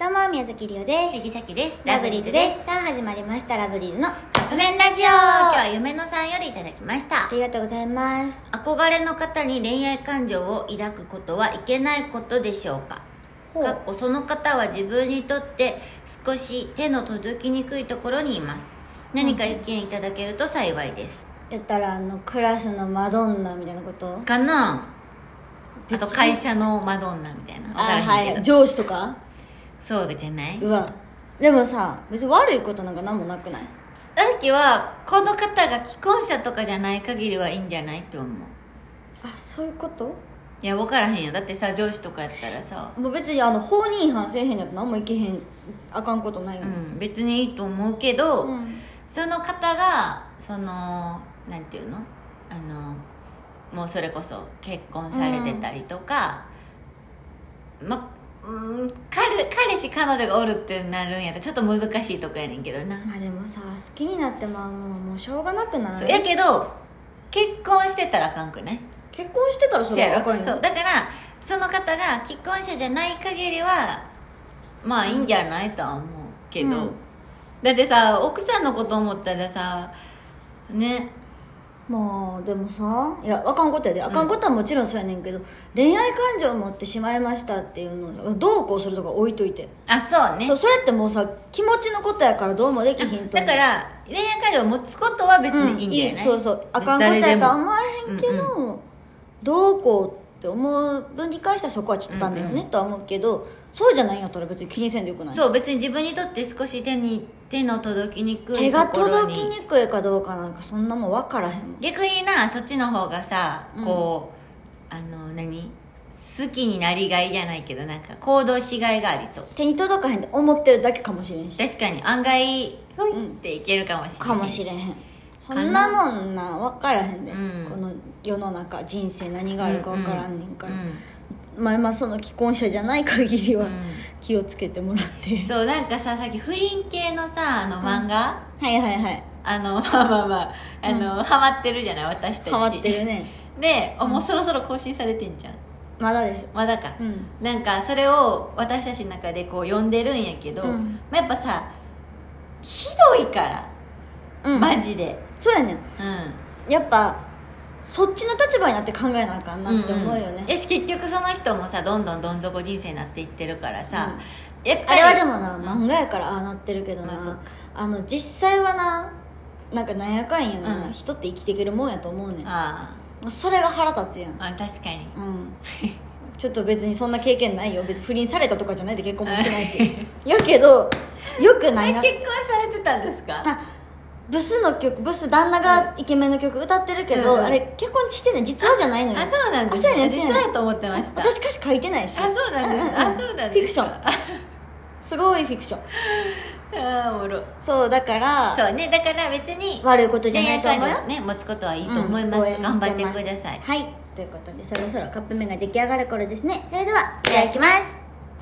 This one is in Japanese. どうも宮崎りおです杉崎ですラブリーズですさあ始まりましたラブリーズのあカップ麺ラジオ今日は夢のさんよりいただきましたりがとうございます憧れの方に恋愛感情を抱くことはいけないことでしょうかほうかっこその方は自分にとって少し手の届きにくいところにいます何か意見いただけると幸いです言ったらあのクラスのマドンナみたいなことかなあと会社のマドンナみたいなわからはへんけど、い上司とかそうじゃないうわでもさ別に悪いことなんか何もなくない大輝はこの方が既婚者とかじゃない限りはいいんじゃないって思うあそういうこといや分からへんよだってさ上司とかやったらさもう別にあの法に違反せえへんやと何もいけへんあかんことないのうにん別にいいと思うけど、うんその方がそのなんていうのあのもうそれこそ結婚されてたりとか、まうん、彼彼氏彼女がおるってなるんやったらちょっと難しいとこやねんけどな、まあでもさ好きになってまあもうもうしょうがなくなそうやいけど結婚してたらあかんくない結婚してたらそそうれやはろ若いそのうだからその方が既婚者じゃない限りはまあいいんじゃないとは思うけど、うんだってさ奥さんのこと思ったらさねまあでもさいやあかんことやであかんことはもちろんそうやねんけど、恋愛感情を持ってしまいましたっていうのをどうこうするとか置いといて、あそうねそうそれってもうさ気持ちのことやからどうもできひんと思うだから恋愛感情を持つことは別にいいんじゃない、そうそうあかんことやとは思わへんけ誰でど、どうこうって思う分に関してはそこはちょっとダメよね、うんとは思うけどそうじゃないんやったら別に気にせんでよくないそう別に自分にとって少し手に手の届きにく手いとがころ届にきにくいかどうかなんかそんなもん分からへんもん逆になそっちの方がさうんこう、あの何好きになりがいじゃないけどなんか行動しがいがありそう手に届かへんって思ってるだけかもしれんし確かに案外ふうんんっていけるかもしれないしかもしれへんそんなもんな分からへんで、うんこの世の中人生何があるか分からんねんから、うんまあまあその既婚者じゃない限りうんは気をつけてもらって、 そうなんかささっき不倫系のさあの漫画、はいはい はいあの まあまあまああの、ハマってるじゃない私たちハマってるねで、あもうそろそろ更新されてんじゃんまだですまだか、うんなんかそれを私たちの中でこう読んでるんやけど、うんまあ、やっぱさひどいから、うんマジでそうやねんうやっぱそっちの立場になって考えなあかんんなって思うよね、んんよし結局その人もさどんどんどん底人生になっていってるからさ、やっぱありれはでもな漫画やからああなってるけどな、まあそっあか、の実際はななんかなんやかんやな、うん人って生きていけるもんやと思うねんあそれが腹立つやんーあ確かにうんちょっと別にそんな経験ないよ別に不倫されたとかじゃないで結婚もしてないしやけどよくないえな結婚されてたんですかあブスの曲ブス旦那がイケメンの曲歌ってるけど、うんあれ結婚してんねん実はじゃないのよあそうなんですあそうやねんそうやねん実はと思ってましたあ私歌詞書いてないしそうなんです、あそうなんフィでクすションすごいフィクションあーおもろそうだからそうねだから別に悪いことじゃ恋な愛いと感思うよ情ね持つことはいいいと思います、頑張ってくださいはいということでそろそろカップ麺が出来上がる頃ですねそれではいただきます